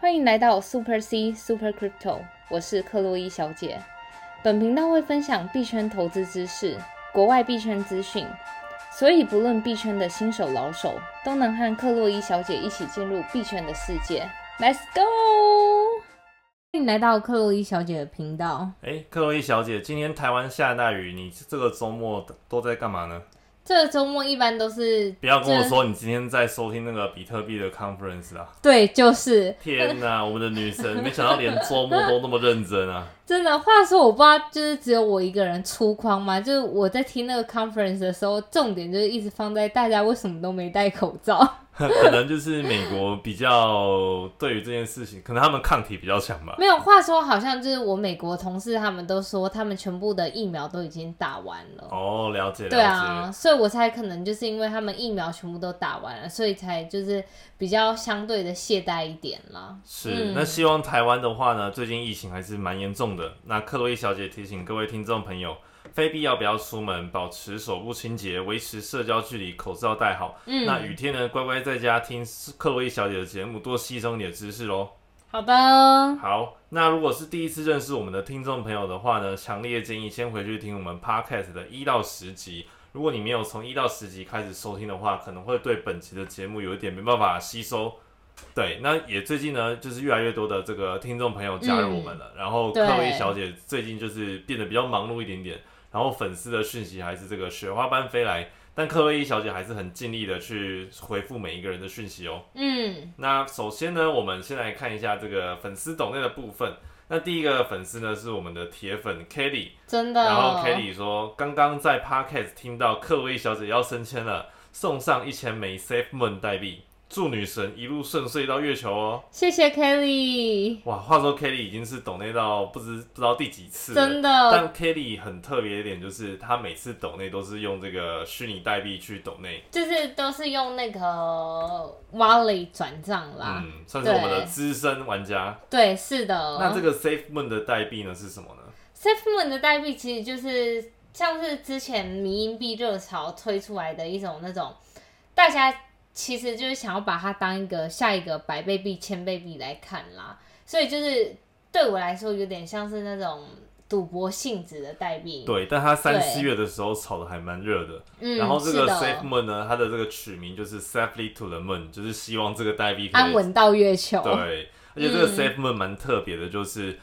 欢迎来到 Super C Super Crypto，我是克洛伊小姐。本频道会分享币圈投资知识、国外币圈资讯，所以不论币圈的新手老手，都能和克洛伊小姐一起进入币圈的世界。Let's go！欢迎来到克洛伊小姐的频道。哎，克洛伊小姐，今天台湾下大雨，你这个周末都在干嘛呢？这个周末一般都是不要跟我说你今天在收听那个比特币的 conference 啊！对，就是天哪，我们的女神，没想到连周末都那么认真啊！ 真的，话说我不知道，就是只有我一个人粗框吗？就是我在听那个 conference 的时候，重点就是一直放在大家为什么都没戴口罩。 可能就是美国比较对于这件事情，可能他们抗体比较强吧。没有，话说好像就是我美国同事他们都说，他们全部的疫苗都已经打完了。哦，了解了解。对啊，所以我猜可能就是因为他们疫苗全部都打完了，所以才就是比较相对的懈怠一点啦。是，嗯那希望台湾的话呢，最近疫情还是蛮严重的。那克洛伊小姐提醒各位听众朋友，非必要不要出门，保持手部清洁，维持社交距离，口罩戴好。嗯，那雨天呢，乖乖在家听克洛伊小姐的节目，多吸收你的知识喽。好的，好，那如果是第一次认识我们的听众朋友的话呢，强烈建议先回去听我们 podcast 的一到十集。如果你没有从一到十集开始收听的话，可能会对本集的节目有一点没办法吸收。对，那也最近呢，就是越来越多的这个听众朋友加入我们了，然后对克洛伊小姐最近就是变得比较忙碌一点点，然后粉丝的讯息还是这个雪花般飞来，但克洛伊小姐还是很尽力的去回复每一个人的讯息哦。嗯，那首先呢，我们先来看一下这个粉丝抖内的部分。那第一个粉丝呢是我们的铁粉 Kelly，真的。然后 Kelly 说，刚刚在 Podcast 听到克薇小姐要升迁了，送上一千枚 Safe Moon 代币，祝女神一路顺遂到月球哦！谢谢 Kelly，哇，话说 Kelly 已经是抖内到不知不知道第几次了。真的，但 Kelly 很特别一点，就是她每次抖内都是用这个虚拟代币去抖内，就是都是用那个 Wallet 转账啦。嗯，算是我们对的资深玩家。对，是的。那这个 Safe Moon 的代币呢是什么呢？ SafeMoon 的代币其实就是像是之前迷因币热潮推出来的一种那种，大家其实就是想要把它当一个下一个百倍币、千倍币来看啦，所以就是对我来说有点像是那种赌博性质的代币。，对，但它三对四月的时候炒的还蛮热的。嗯，然后这是个的 Safe Moon 呢，它的这个取名就是 Safely to the Moon，就是希望这个代币可以安稳到月球。对，而且这个嗯 Safe Moon 蛮特别的，就是。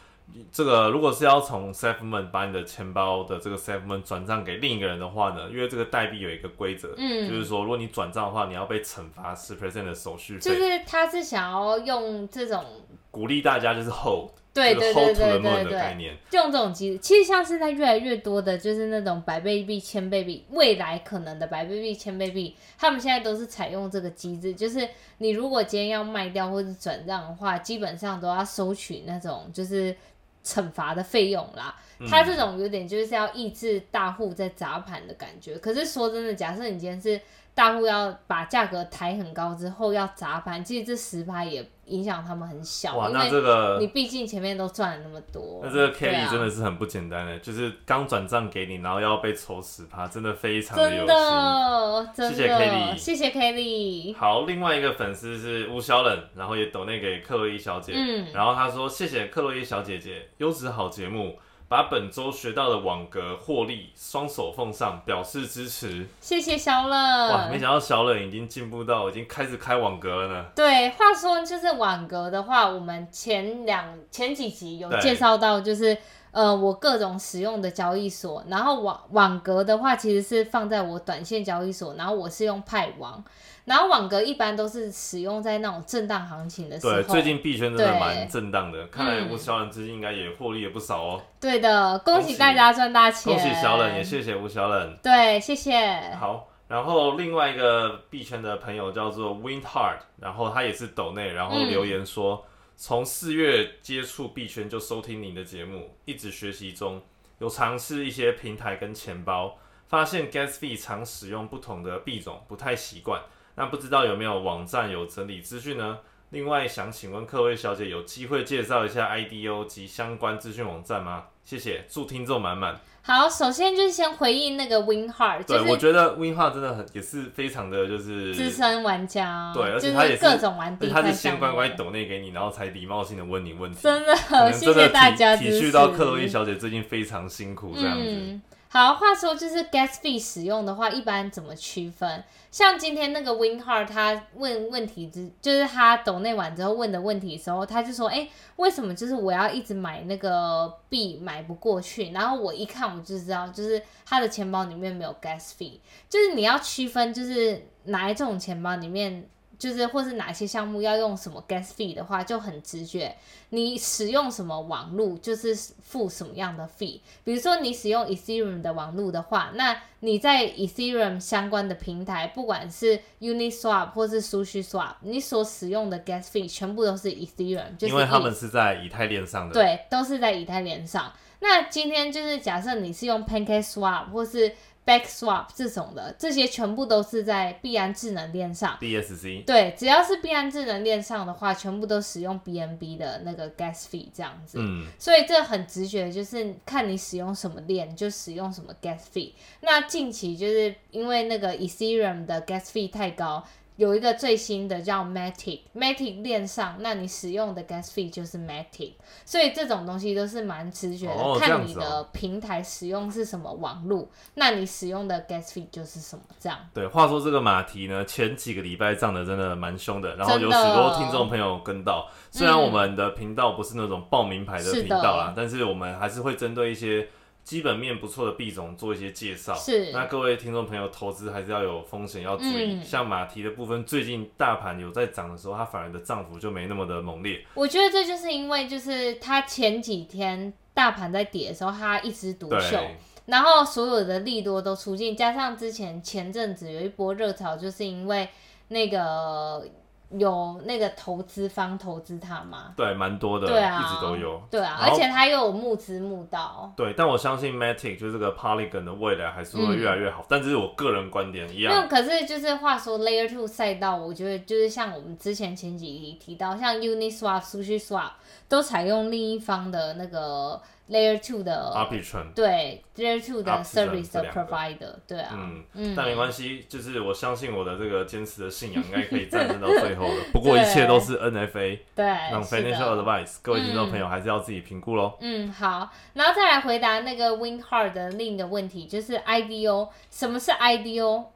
这个如果是要从 Safe Moon 把你的钱包的这个 Safe Moon 转账给另一个人的话呢，因为这个代币有一个规则，嗯就是说如果你转账的话，你要被惩罚十 percent 的手续费，就是他是想要用这种，鼓励大家就是 hold，对就是对对 hold to 对 the 对 moon 的概对，念。用这种机制，其实像现在越来越多的就是那种百倍币、千倍币，未来可能的百倍币、千倍币，他们现在都是采用这个机制，就是你如果今天要卖掉或者转让的话，基本上都要收取那种就是惩罚的费用啦。嗯它这种有点就是要抑制大户在砸盘的感觉。可是说真的，假设你今天是大户要把价格抬很高之后要砸盘，其实这十趴也影响他们很小，哇，因那为这个你毕竟前面都赚了那么多，呃那这个对 Kelly 啊真的是很不简单的，欸就是刚转账给你，然后要被抽十趴，真的非常的真有心。的真的，谢谢 Kelly 谢谢 Kelly，好，另外一个粉丝是吴小冷，然后也抖内给克洛伊小姐，嗯然后他说谢谢克洛伊小姐姐，优质好节目，把本周学到的网格获利双手奉上，表示支持。谢谢小哇，没乐。想到小冷已经进步到已经开始开网格了呢。对，话说就是网格的话，我们前两前几集有对介绍到，就是呃我各种使用的交易所，然后网网格的话其实是放在我短线交易所，然后我是用派网，然后网格一般都是使用在那种震荡行情的时候。对，最近币圈真的对蛮震荡的，看来嗯吴小冷最近应该也获利也不少哦。对的，恭恭喜喜大家赚大钱，恭喜小冷，也谢谢吴小冷。对，谢谢。好，然后另外一个币圈的朋友叫做 Wind Hard，然后他也是抖内，然后嗯留言说，从四月接触币圈就收听你的节目，一直学习中，有尝试一些平台跟钱包，发现 Gas fee 常使用不同的币种，不太习惯。那不知道有没有网站有整理资讯呢？另外，想请问各位小姐，有机会介绍一下 IDO 及相关资讯网站吗？谢谢，祝听众满满。好，首先就是先回应那个 WinHeart，就对，我是觉得 WinHa 真的很也是非常的就是资深玩家，对而且就他也是各种玩而且地他摊是先项乖目乖抖内给你，然后才礼貌性的问你问题。真可的，能谢真谢的大体家体支持恤到克洛伊小姐最近非常辛苦这样子。嗯，好，话说就是 gas fee 使用的话，一般怎么区分？像今天那个 WinHeart 他问问题之，就是他抖内完之后问的问题的时候，他就说，哎、为什么就是我要一直买那个币买不过去？然后我一看我就知道，就是他的钱包里面没有 gas fee，就是你要区分就是哪一种钱包里面。就是或是哪些项目要用什么 gas fee 的话，就很直觉。你使用什么网路，就是付什么样的 fee。比如说你使用 Ethereum 的网路的话，那你在 Ethereum 相关的平台，不管是 Uniswap 或是 SushiSwap，你所使用的 gas fee 全部都是 Ethereum，就是因为他 ETH 们是在以太链上的，对，都是在以太链上。那今天就是假设你是用 PancakeSwap 或是 BackSwap 这种的，这些全部都是在币安智能链上。 BSC，对，只要是币安智能链上的话，全部都使用 BNB 的那个 gas fee 这样子。嗯，所以这很直觉，就是看你使用什么链，就使用什么 gas fee。那近期就是因为那个 Ethereum 的 gas fee 太高，有一个最新的叫 Matic，Matic 链上，那你使用的 gas fee 就是 Matic。所以这种东西都是蛮直觉的，哦这看样你子哦的平台使用是什么网路，那你使用的 gas fee 就是什么这样。对。话说这个马蹄呢，前几个礼拜涨得真的蛮凶的，然后有真的许多听众朋友跟到。虽然嗯我们的频道不是那种报名牌的是的频道啦，但是我们还是会针对一些基本面不错的币种做一些介绍。是那各位听众朋友，投资还是要有风险，要注意。嗯像马蹄的部分，最近大盘有在涨的时候，它反而的涨幅就没那么的猛烈。我觉得这就是因为，就是它前几天大盘在跌的时候，它一枝独秀。对，然后所有的利多都出尽，加上之前前阵子有一波热潮，就是因为那个有那个投资方投资他嘛，对，蛮多的，对啊，一直都有。对啊，然而后且他又有募资募到，对，但我相信 Matic 就是这个 Polygon 的未来还是嗯会越来越好，但这是我个人观点一那样。可是就是话说 Layer Two 赛道，我觉得就是像我们之前前几集提到，像 Uniswap、SushiSwap 都采用另一方的那个 Layer Two 的 Arbitrum，对 Layer Two 的 Option， service 的这两个 provider，对啊，嗯，嗯但没关系，就是我相信我的这个坚持的信仰应该可以战胜到最 后的。不过一切都是 NFA，对，让哎是的 financial advice，各位听众朋友还是要自己评估喽。嗯，好，然后再来回答那个 WinHard 的另一个问题，就是 IDO，什么是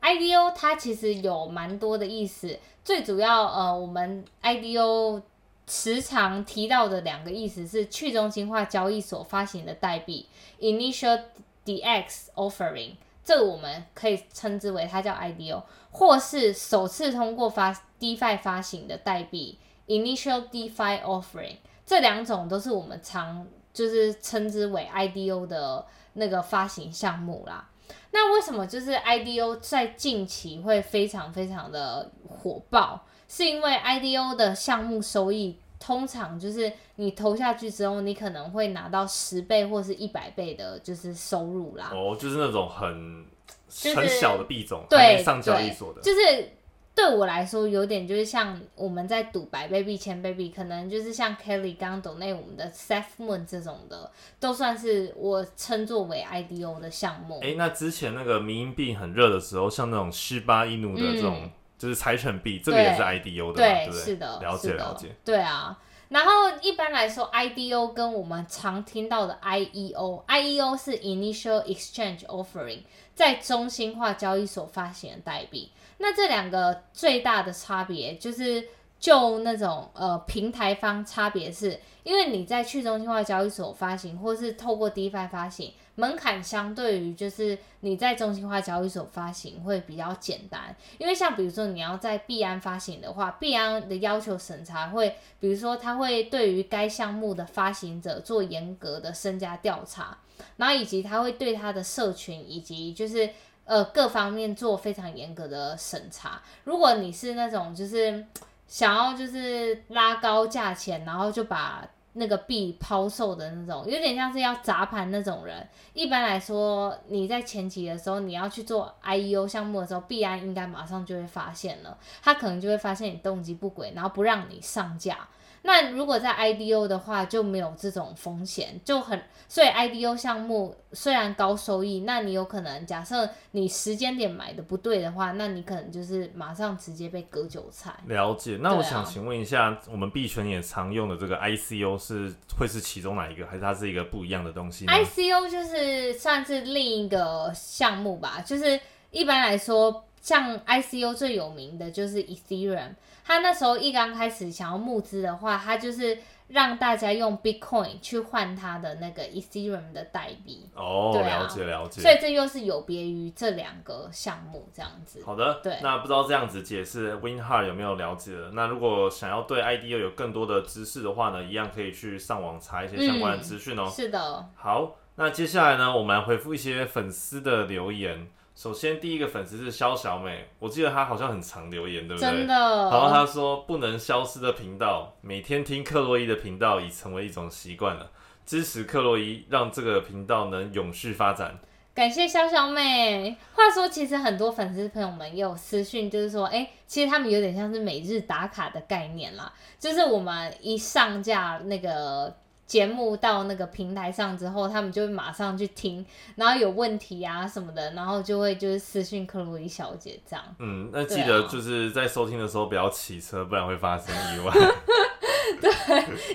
IDO？IDO 它其实有蛮多的意思，最主要呃，我们 IDO 时常提到的两个意思是去中心化交易所发行的代币 Initial DX Offering，这个我们可以称之为它叫 IDO，或是首次通过发 DeFi 发行的代币 Initial DeFi Offering。这两种都是我们常就是称之为 IDO 的那个发行项目啦。那为什么就是 IDO 在近期会非常非常的火爆？是因为 IDO 的项目收益通常就是你投下去之后，你可能会拿到十倍或是一百倍的，就是收入啦。哦，就是那种很就是很小的币种，还对，没上交易对所的。就是对我来说有点就是像我们在赌百倍币、千倍币，可能就是像 Kelly 刚懂那我们的 Safe Moon 这种的，都算是我称作为 IDO 的项目。哎、那之前那个民营币很热的时候，像那种施巴伊努的这种，嗯就是柴犬币，这个也是 IDO 的嘛，对不对？是的，了解是的了解。，对啊。然后一般来说，IDO 跟我们常听到的 E IEO，IEO 是 Initial Exchange Offering，在中心化交易所发行的代币。那这两个最大的差别就是，就那种呃平台方差别是，因为你在去中心化交易所发行，或是透过 DeFi 发行，门槛相对于就是你在中心化交易所发行会比较简单，因为像比如说你要在币安发行的话，币安的要求审查会，比如说它会对于该项目的发行者做严格的身家调查，然后以及它会对它的社群以及就是呃各方面做非常严格的审查。如果你是那种就是想要就是拉高价钱，然后就把那个币抛售的那种，有点像是要砸盘那种人。一般来说，你在前期的时候，你要去做 IEO 项目的时候，币安应该马上就会发现了，他可能就会发现你动机不轨，然后不让你上架。那如果在 IDO 的话，就没有这种风险，就很所以 IDO 项目虽然高收益，那你有可能假设你时间点买的不对的话，那你可能就是马上直接被割韭菜。了解。那我对啊想请问一下，我们币圈也常用的这个 ICO 是会是其中哪一个，还是它是一个不一样的东西呢？ ICO 就是算是另一个项目吧，就是一般来说，像 ICO 最有名的就是 Ethereum，它那时候一刚开始想要募资的话，它就是让大家用 Bitcoin 去换它的那个 Ethereum 的代币。哦，对啊了解了所以解。这又是有别于这两个项目这样子。好的，对那不知道这样子解释 WinHard 有没有了解了？那如果想要对 IDO 有更多的知识的话呢，一样可以去上网查一些相关的资讯哦。是的，好，那接下来呢，我们来回复一些粉丝的留言。首先，第一个粉丝是肖小美，我记得她好像很常留言，对不对？真然后的，哦他说，不能消失的频道，每天听克洛伊的频道已成为一种习惯了。支持克洛伊，让这个频道能永续发展。感谢小小妹。话说，其实很多粉丝朋友们也有私讯，就是说，哎、其实他们有点像是每日打卡的概念啦，就是我们一上架那个。节目到那个平台上之后，他们就会马上去听，然后有问题啊什么的，然后就会就是私讯克洛伊小姐这样。嗯，那记对啊得就是在收听的时候不要骑车，不然会发生意 外。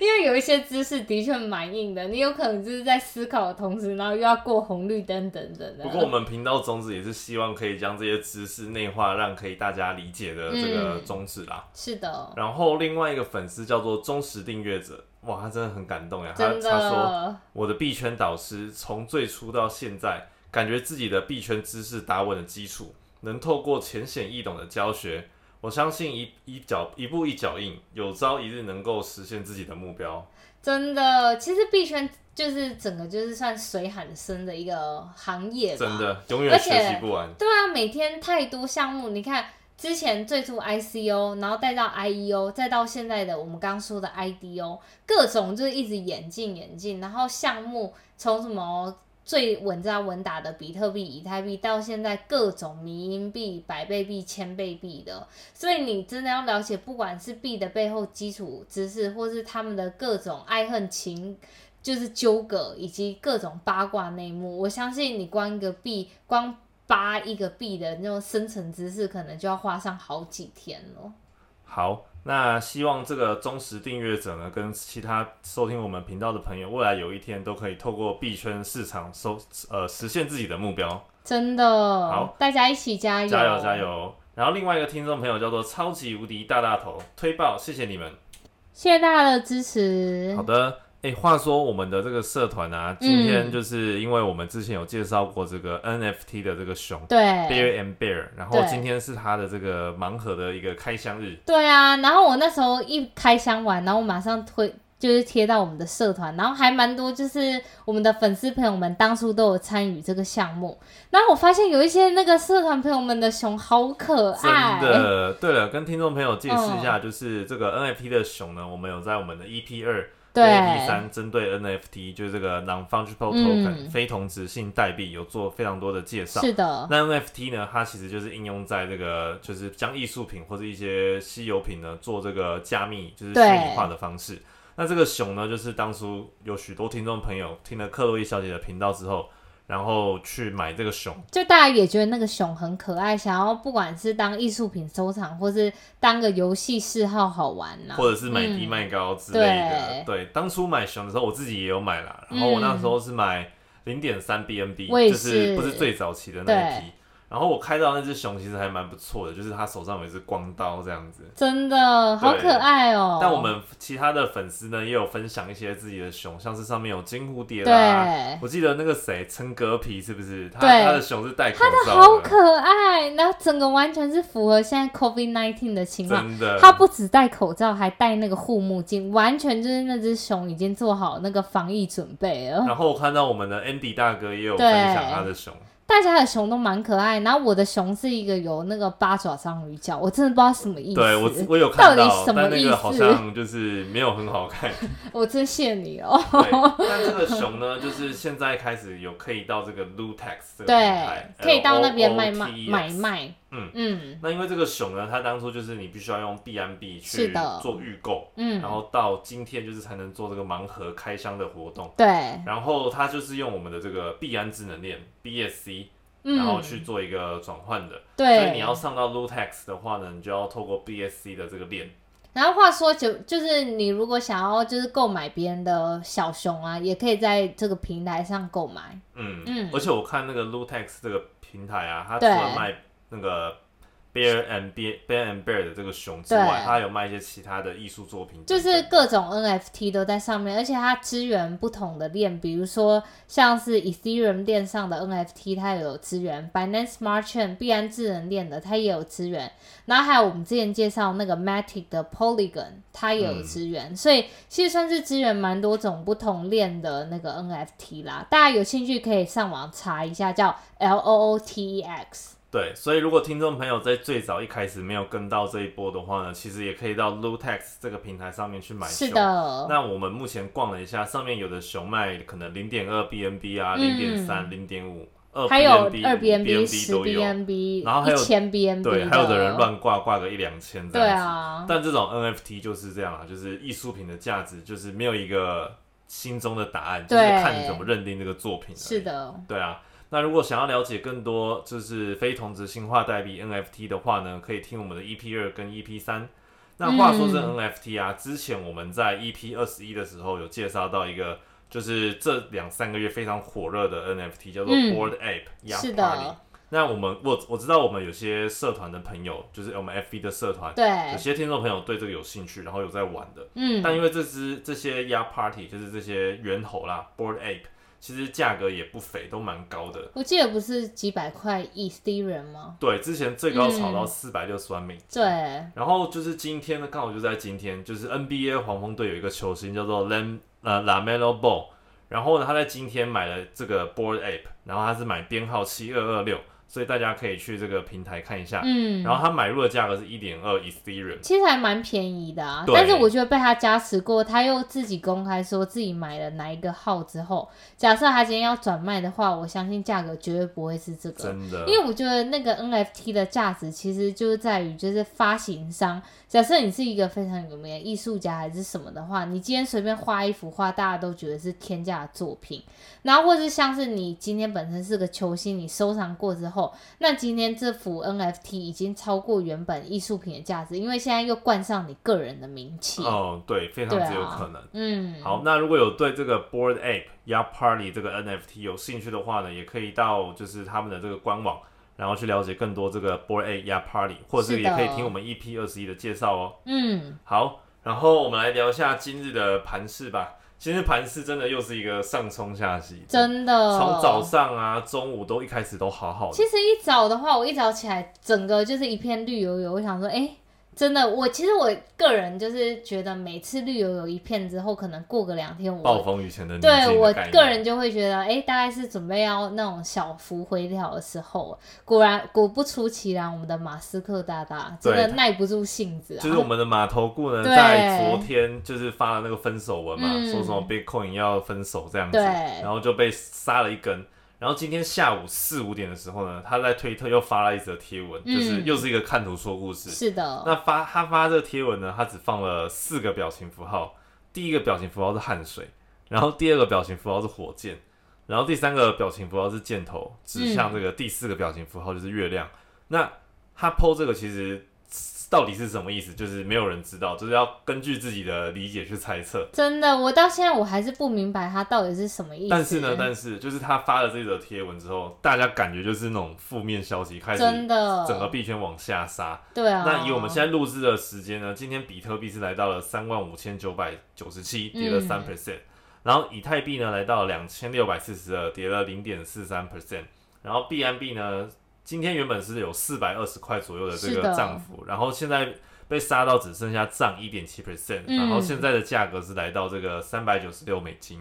因为有一些知识的确蛮硬的，你有可能就是在思考的同时，然后又要过红绿灯等等的。不过我们频道宗旨也是希望可以将这些知识内化，让可以大家理解的这个嗯宗旨啦。是的，然后另外一个粉丝叫做忠实订阅者，哇，他真的很感动呀。他真他说的，我的币圈导师从最初到现在，感觉自己的币圈知识打稳了基础，能透过浅显易懂的教学，我相信一一脚一步一脚印，有朝一日能够实现自己的目标。真的，其实币圈就是整个就是算水很深的一个行业吧。真的，永远而且学习不完。对啊，每天太多项目，你看之前最初 ICO，然后再到 IEO，再到现在的我们刚刚说的 IDO，各种就是一直演进演进，然后项目从什么。最稳扎稳打的比特币、以太币，到现在各种迷因币、百倍币、千倍币的，所以你真的要了解，不管是币的背后基础知识，或是他们的各种爱恨情就是纠葛以及各种八卦内幕。我相信你光一个币，光扒一个币的那种深层知识，可能就要花上好几天了。好，那希望这个忠实订阅者呢，跟其他收听我们频道的朋友，未来有一天都可以透过币圈市场收呃实现自己的目标。真的，好大家一起加油，加油加！油！然后另外一个听众朋友叫做超级无敌大大头推爆，谢谢你们。谢谢大家的支持好。的，哎、话说我们的这个社团啊，今天就是因为我们之前有介绍过这个 NFT 的这个熊对， Bear and Bear，然后对今天是它的这个盲盒的一个开箱日。对啊。然后我那时候一开箱完，然后我马上推。就是贴到我们的社团，然后还蛮多，就是我们的粉丝朋友们当初都有参与这个项目。然后我发现有一些那个社团朋友们的熊好可真爱，嗯的，对了，跟听众朋友解释一下，就是这个 NFT 的熊呢，我们有在我们的 EP 二、对 EP 三针对 NFT，就是这个 non-fungible token、嗯非同质性代币，有做非常多的介绍。是的，那 NFT 呢，它其实就是应用在这个，就是将艺术品或者一些稀有品呢做这个加密，就是虚对拟化的方式。那这个熊呢，就是当初有许多听众朋友听了克洛伊小姐的频道之后，然后去买这个熊，就大家也觉得那个熊很可爱，想要不管是当艺术品收藏，或是当个游戏嗜好好玩呐、或者是买低嗯卖高之类的。对嗯对，当初买熊的时候，我自己也有买啦，然后我那时候是买零点三 BNB，我也就是是不是最早期的那一批对。然后我开到那只熊，其实还蛮不错的，就是它手上有一只光刀这样子。真的好可爱哦、但我们其他的粉丝呢，也有分享一些自己的熊，像是上面有金蝴蝶啦。对。我记得那个谁，陈格皮是不是？他对他的熊是戴口罩好可爱，然后整个完全是符合现在 COVID nineteen 的情况。真的。它啊不只戴口罩，还戴那个护目镜，完全就是那只熊已经做好那个防疫准备了。嗯然后我看到我们的 Andy 大哥也有分享他的熊，大家的熊都蛮可爱，然后我的熊是一个有那个八爪章鱼脚，我真的不知道什么意思。对我我有看到到，底什么但意那个好思？像就是没有很好看。 我真谢你哦。对，但这个熊呢，就是现在开始有可以到这个 Lutex 这个呃平对台，可以到那边卖卖 LOOTX 买卖。嗯嗯 E 那因为这个熊呢，它当初就是你必须要用 B M B 是去的做预购，然嗯，后到今天就是才能做这个盲盒开箱的活动。对，然后它就是用我们的这个币安智能链 BSC，嗯，然后去做一个转换的。所以对你。要上到 Lutex 的话呢，你就要透过 BSC 的这个链。然后话说，就就是你如果想要就是购买别人的小熊啊，也可以在这个平台上购买。嗯嗯而且我看那个 Lutex 这个平台啊，它除对了卖那个 Bear and Bear Bear and Bear 的这个熊之对外，它还有卖一些其他的艺术作品等就等，是各种 NFT 都在上面，而且它支援不同的链，比如说像是 Ethereum 链上的 NFT，它也有支援；Binance Smart Chain 币安智能链的，它也有支援。然后还有我们之前介绍那个 Matic 的 Polygon，它也有支援。嗯所以其实算是支援蛮多种不同链的那个 NFT 啦。大家有兴趣可以上网查一下，叫 E LOOTEX。对，所以如果听众朋友在最早一开始没有跟到这一波的话呢，其实也可以到 Lutex 这个平台上面去买熊。是的，那我们目前逛了一下，上面有的熊卖可能零点二 BNB 啊，零点三、零点五、二嗯还有二 BNB、十都有。 BNB、然后还有一千 BNB，对，还有的人乱挂，挂个一两千这对样子。啊，但这种 NFT 就是这样啊，就是艺术品的价值就是没有一个心中的答案，就是对看你怎么认定这个作品。是，的，对啊。那如果想要了解更多就是非同质性化代币 NFT 的话呢，可以听我们的 EP 二跟 EP 三。那话说这嗯 NFT 啊，之前我们在 EP 二十一的时候有介绍到一个，就是这两三个月非常火热的 NFT 叫做嗯 Board Ape、Yacht 是 Party 的。，那我们我我知道我们有些社团的朋友，就是我们 FB 的社团，有对，些听众朋友对这个有兴趣，然后有在玩的，嗯，但因为这只这些鸭 party 就是这些猿猴啦，board ape，其实价格也不菲，都蛮高的。我记得不是几百块 Ethereum 吗？对，之前最高嗯炒到四百六十万美金。对，然后就是今天呢，刚好就在今天，就是 NBA 黄蜂队有一个球星叫做 Lam 呃 Lamelo Ball，然后呢，他在今天买了这个 Board Ape，然后他是买编号七二二六，所以大家可以去这个平台看一下。嗯，然后他买入的价格是一点二 Ethereum，其实还蛮便宜的啊。对但是我觉得被他加持过，他又自己公开说自己买了哪一个号之后，假设他今天要转卖的话，我相信价格绝对不会是这个。真的因。为我觉得那个 NFT 的价值其实就是在于，就是发行商。假设你是一个非常有名的艺术家还是什么的话，你今天随便画一幅画，大家都觉得是天价的作品。然后或是像是你今天本身是个球星，你收藏过之后，那今天这幅 NFT 已经超过原本艺术品的价值，因为现在又冠上你个人的名气。哦，对，非常对之有啊，可能。嗯，好，那如果有对这个 Board Ape Yacht Party 这个 NFT 有兴趣的话呢，也可以到就是他们的这个官网，然后去了解更多这个 Board Ape Yacht Party，或者是是的也可以听我们 EP 二十一的介绍哦。嗯，好，然后我们来聊一下今日的盘势吧。今日盘势真的又是一个上冲下洗，真的，从早上啊、中午都一开始都好好的其，实一早的话，我一早起来，整个就是一片绿油油。我想说，哎、真的，我其实我个人就是觉得，每次绿油油一片之后，可能过个两天我，暴风雨前的宁静对的我概念个人就会觉得，哎、大概是准备要那种小幅回调的时候。果然，果不出其然，我们的马斯克大大真的对耐不住性子啊，就是我们的码头顾呢，对在昨天就是发了那个分手文嘛，嗯说什么 Bitcoin 要分手这样子，对然后就被杀了一根。然后今天下午四五点的时候呢，他在推特又发了一则贴文，嗯就是又是一个看图说故事。是的，那发他发这个贴文呢，他只放了四个表情符号，第一个表情符号是汗水，然后第二个表情符号是火箭，然后第三个表情符号是箭头指嗯向这个，第四个表情符号就是月亮。那他剖这个其实到底是什么意思，就是没有人知道，就是要根据自己的理解去猜测。真的，我到现在我还是不明白他到底是什么意思。但是呢，但是就是他发了这则贴文之后，大家感觉就是那种负面消息开始真的，整个币圈往下杀。对啊，那以我们现在录制的时间呢，今天比特币是来到了三万五千九百九十七，嗯跌了三 percent，、然后以太币呢来到了两千六百四十二，跌了零点四三 percent，然后 BNB 呢，今天原本是有四百二十块左右的这是个的涨幅，然后现在被杀到只剩下涨一点七 percent，然后嗯现在的价格是来到这个三百九十六美金。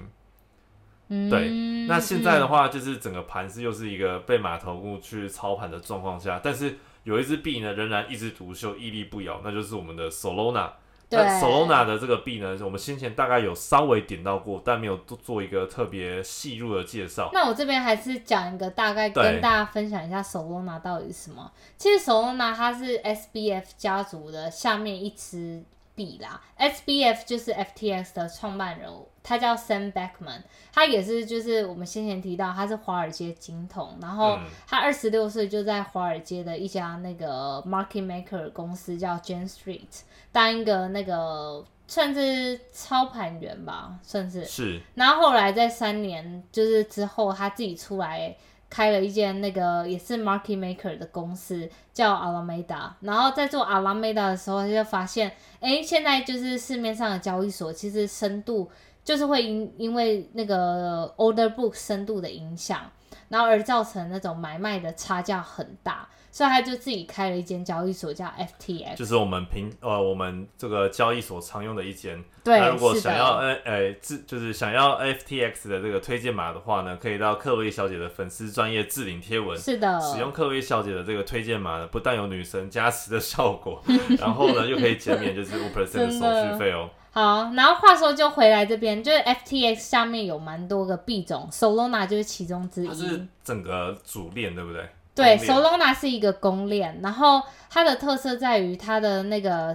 嗯，对那现在的话，话，就是整个盘是又是一个被马头菇去操盘的状况下，但是有一只币呢仍然一枝独秀，屹立不摇，那就是我们的 Solana。对那 Solana 的这个币呢，我们先前大概有稍微点到过，但没有做做一个特别细入的介绍。那我这边还是讲一个大概，对跟大家分享一下 Solana 到底是什么。其实 Solana 它是 SBF 家族的下面一支币啦，SBF 就是 FTX 的创办人，他叫 Sam Backman，他也是就是我们先前提到他是华尔街金童，然后嗯他二十六岁就在华尔街的一家那个 market maker 公司叫 Jane Street 当一个那个算是操盘员吧，算是是，然后后来在三年就是之后，他自己出来开了一间那个也是 market maker 的公司，叫 Alameda。然后在做 Alameda 的时候，他就发现，哎，现在就是市面上的交易所其实深度就是会因因为那个 order book 深度的影响，然后而造成那种买卖的差价很大，所以他就自己开了一间交易所叫 FTX。就是我们平呃我们这个交易所常用的一间。对那如，果是想要的，呃呃自就是想要 FTX 的这个推荐码的话呢，可以到克洛伊小姐的粉丝专业置顶贴文。是的，使用克洛伊小姐的这个推 荐码呢，不但有女神加持的效果，然后呢又可以减免就 是五 percent 的真的手续费哦。好，然后话说就回来这边，就是 FTX 下面有蛮多个币种，Solana 就是其中之它是一。整个主链对不对？对公链，Solana 是一个公链，然后它的特色在于它的那个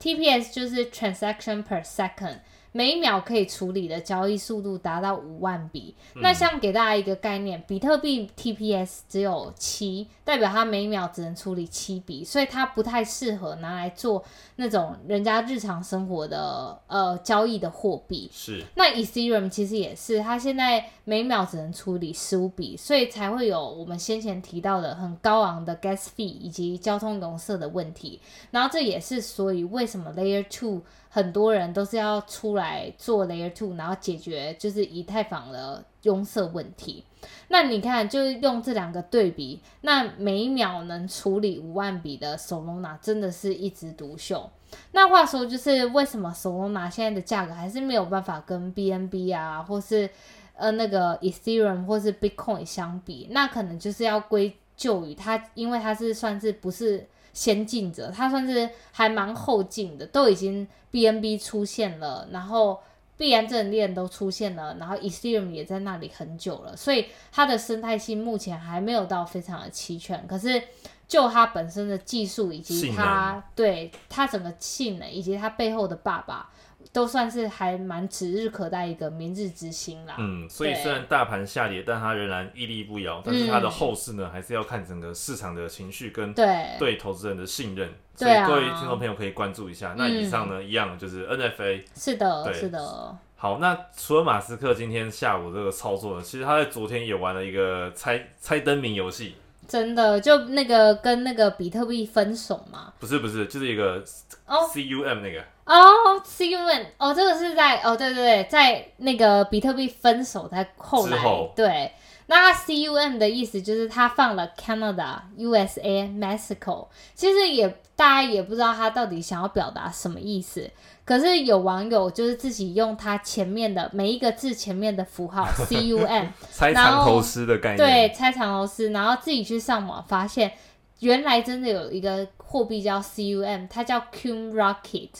TPS，TPS 就是 transaction per second，每一秒可以处理的交易速度达到五万笔。嗯那像给大家一个概念，比特币 TPS 只有七，代表它每秒只能处理七笔，所以它不太适合拿来做那种人家日常生活的呃交易的货币。是那 Ethereum 其实也是，它现在每秒只能处理十五笔，所以才会有我们先前提到的很高昂的 gas fee 以及交通融色的问题。然后这也是所以为什么 Layer Two 很多人都是要出来做 Layer Two，然后解决就是以太坊的拥塞问题。那你看，就是用这两个对比，那每一秒能处理五万笔的 Solana 真的是一枝独秀。那话说，就是为什么 Solana 现在的价格还是没有办法跟 BNB 啊，或是呃那个 Ethereum 或是 Bitcoin 相比？那可能就是要归咎于它，因为它是算是不是先进者，它算是还蛮后进的，都已经 BNB 出现了，然后。必然正链都出现了，然后 Ethereum 也在那里很久了，所以它的生态系目前还没有到非常的齐全。可是就它本身的技术以及性它能对它整个性能以及它背后的爸爸，都算是还蛮指日可待一个明日之星啦。嗯，所以对虽然大盘下跌，但它仍然屹立不摇。但是它的嗯后市呢，还是要看整个市场的情绪跟对，对投资人的信任。所对以啊嗯各位听众朋友可以关注一下。那以上呢，一样就是 NFA。是的，对是的，好，那除了马斯克今天下午这个操作呢，其实他在昨天也玩了一个猜猜灯谜游戏，真的就那个跟那个比特币分手嘛。不是不是，就是一个哦 CUM 那个，哦，C U N，哦，这个是在哦，对对对，在那个比特币分手在后来之后对。那 C U M 的意思就是他放了 Canada、U S A、Mexico，其实也大家也不知道他到底想要表达什么意思。可是有网友就是自己用他前面的每一个字前面的符号 C U M 猜然藏后头诗的概念。哎对，拆长螺丝，然后自己去上网发现，原来真的有一个货币叫 CUM，它叫 Cum Rocket。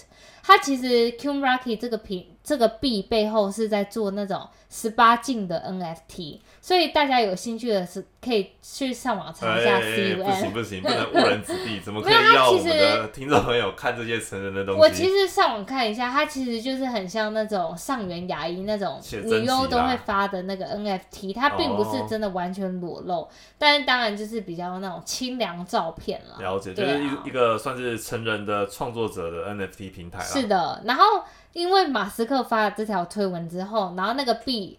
它其实 Cum Rocket 这个品这个币背后是在做那种十八禁的 NFT，所以大家有兴趣的是可以去上网查一哎下 CUM。不行不行，不能误人子弟，怎么可没有以他要我其们实的听众朋友看这些成人的东西？我其实上网看一下，它其实就是很像那种上元牙医那种写真集啦哦女优都会发的那个 NFT，它并不是真的完全裸露，但是当然就是比较那种清凉照片啦。了解，就对是啊一一个算是成人的创作者的 NFT 平台啦。是的，然后因为马斯克发了这条推文之后，然后那个币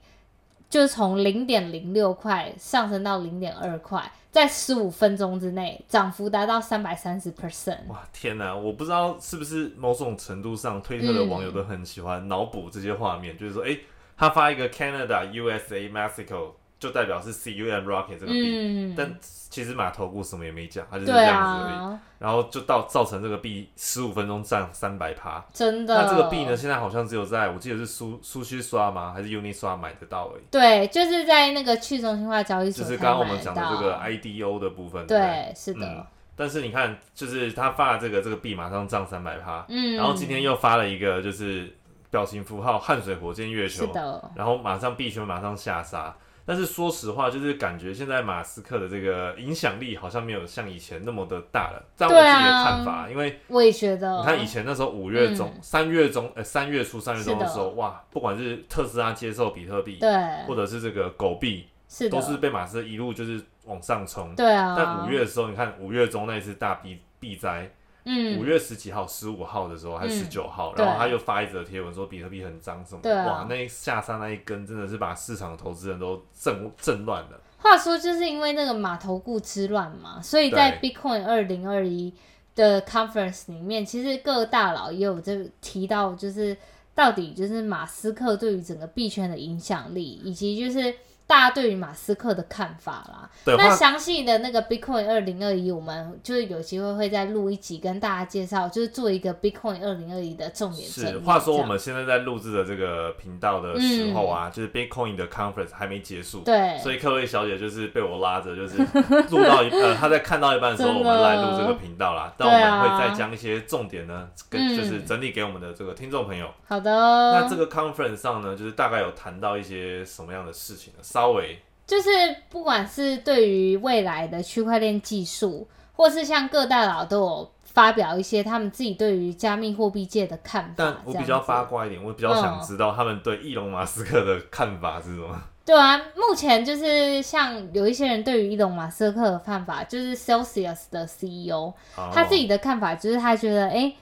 就从零点零六块上升到零点二块，在十五分钟之内涨幅达到三百三十 percent。哇天哪！我不知道是不是某种程度上，推特的网友都很喜欢脑补这些画面，就是说，哎、他发一个 Canada、USA、Mexico 就代表是 CUM Rocket 这个币。嗯，但其实码头股什么也没讲，它就是这对样子而已。啊，然后就到造成这个币十五分钟涨三百趴。真的。那这个币呢，？现在好像只有在我记得是苏苏西刷吗？还是 Uni 刷买得到而已。对，就是在那个去中心化交易就所才是买得到，刚刚我们讲的这个 IDO 的部分。不对，是嗯的，但是你看，就是他发了这个这个币，马上涨三百趴，嗯，然后今天又发了一个就是表情符号汗水火箭月是球，的，然后马上币圈马上下杀。但是说实话，就是感觉现在马斯克的这个影响力好像没有像以前那么的大了。但我自己对的啊看法，因为我也觉得。哦你看以前那时候五月中、三、月中、呃三月初、三月中嗯是的的时候，哇，不管是特斯拉接受比特币，对，或者是这个狗币，是的，都是被马斯克一路就是往上冲。对啊。但五月的时候，你看五月中那一次大币币灾，嗯，五月十几号、十五号的时候还是十嗯九号，对然后他又发一则贴文说比特币很脏什么对的，啊哇，那一下山那一根真的是把市场的投资人都震震乱了。话说，就是因为那个码头顾之乱嘛，所以在 Bitcoin 二零二一的 conference 里面，其实各大佬也有这提到，就是到底就是马斯克对于整个币圈的影响力，以及就是大家对于马斯克的看法啦。对，那话详细的那个 Bitcoin 二零二一，我们就是有机会会再录一集跟大家介绍，就是做一个 Bitcoin 二零二一的重点整是理话说这我样嗯们现在在录制的这个频道的时候啊，就是 Bitcoin 的 conference 还没结束。对，所以克瑞小姐就是被我拉着，就是 录到一呃，她在看到一半的时候，我真的们来录这个频道啦。但我对啊们会再将一些重点呢，跟嗯就是整理给我们的这个听众朋友。好那这的，哦个 conference 上呢，就是大概有谈到一些什么样的事情呢？稍微就是不管是对于未来的区块链技术，或是像各大佬都有发表一些他们自己对于加密货币界的看法。但我这比样较子八卦一点，我比较想知道他们对伊隆马斯克的看法是什么。对啊，目前就是像有一些人对于伊隆马斯克的看法，就是 Celsius 的 E CEO，哦他自己的看法就是他觉得，哎、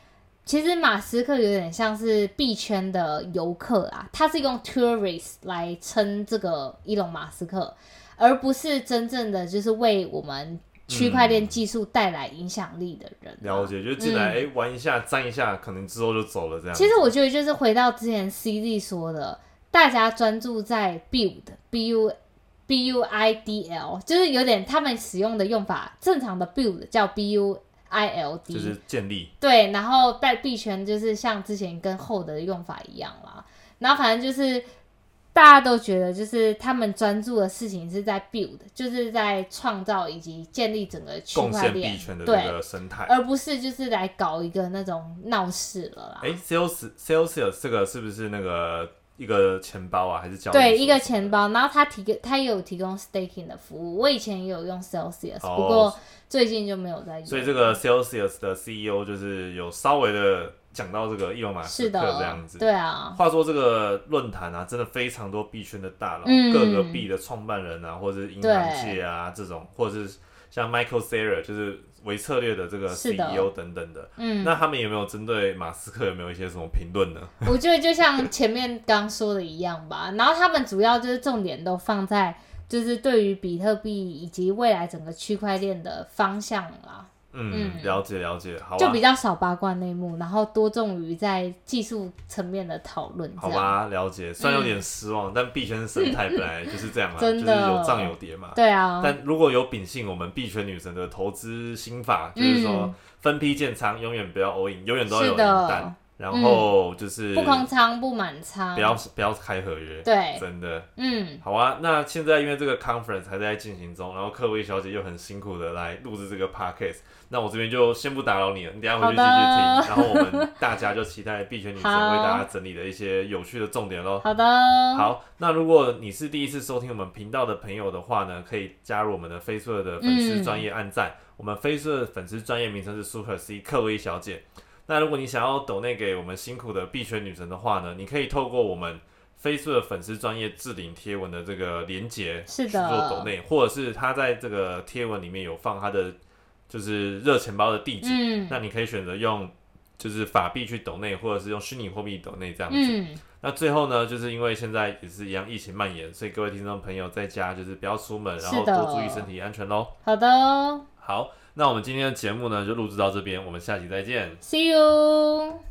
其实马斯克有点像是币圈的游客啊，他是用 tourist 来称这个伊隆马斯克，而不是真正的就是为我们区块链技术带来影响力的人、啊了解，就进来哎、诶玩一下、沾一下，可能之后就走了这样。其实我觉得就是回到之前 CZ 说的，大家专注在 build b u b u i d l，就是有点他们使用的用法，正常的 build 叫 b u i l d，就是建立，对，然后带币圈就是像之前跟后的用法一样啦。然后反正就是大家都觉得，就是他们专注的事情是在 build，就是在创造以及建立整个区贡块献链币圈的这对，个生态。而不是就是来搞一个那种闹事了啦。哎、c e l s c e l s i u s 这个是不是那个一个钱包啊，还是交易所？对，一个钱包，然后他提供他也有提供 staking 的服务，我以前也有用 Celsius，、哦不过最近就没有在用。所以这个 Celsius 的 CEO 就是有稍微的讲到这个伊隆马斯是克的，这样子。对啊，话说这个论坛啊，真的非常多币圈的大佬，嗯各个币的创办人啊，或者是银行界啊这种，或者是像 Michael Saylor 就是微策略的这个是的 CEO 等等的。嗯，那他们有没有针对马斯克有没有一些什么评论呢？ 我觉得就像前面刚说的一样吧，然后他们主要就是重点都放在就是对于比特币以及未来整个区块链的方向啦，嗯，嗯了解了解，好啊就吧比，较少八卦内幕，然后多重于在技术层面的讨论这好样。吧，了解。虽然有点失望，但币圈生态本来就是这样 啦，就是真的有涨有跌嘛。对啊，但如果有秉性我们币圈女神的投资心法，就是说嗯分批建仓，永远不要 all in，永远都要有是银的嗯弹，，然后就是不空仓不满仓，不要不要开合约，对，真的嗯，好啊。那现在因为这个 conference 还在进行中，然后克薇小姐又很辛苦的来录制这个 podcast，那我这边就先不打扰你了，你等一下回去继续听，好的然后我们大家就期待币圈女神好为大家整理的一些有趣的重点喽。好的，，好，那如果你是第一次收听我们频道的朋友的话呢，可以加入我们的 Facebook 的粉嗯丝专业按赞。我们 Facebook 的粉丝专业名称是 Super C 克洛伊小姐。那如果你想要抖内给我们辛苦的币圈女神的话呢，你可以透过我们 Facebook 的粉丝专业置顶贴文的这个连接是去的做抖内，或者是他在这个贴文里面有放他的就是热钱包的地址，嗯那你可以选择用就是法币去抖内，或者是用虚拟货币抖内这样子。嗯，那最后呢，就是因为现在也是一样疫情蔓延，所以各位听众朋友在家就是不要出门，然后是的多注意身体安全喽。好的哦好，那我们今天的节目呢就录制到这边，我们下期再见。 ，See you。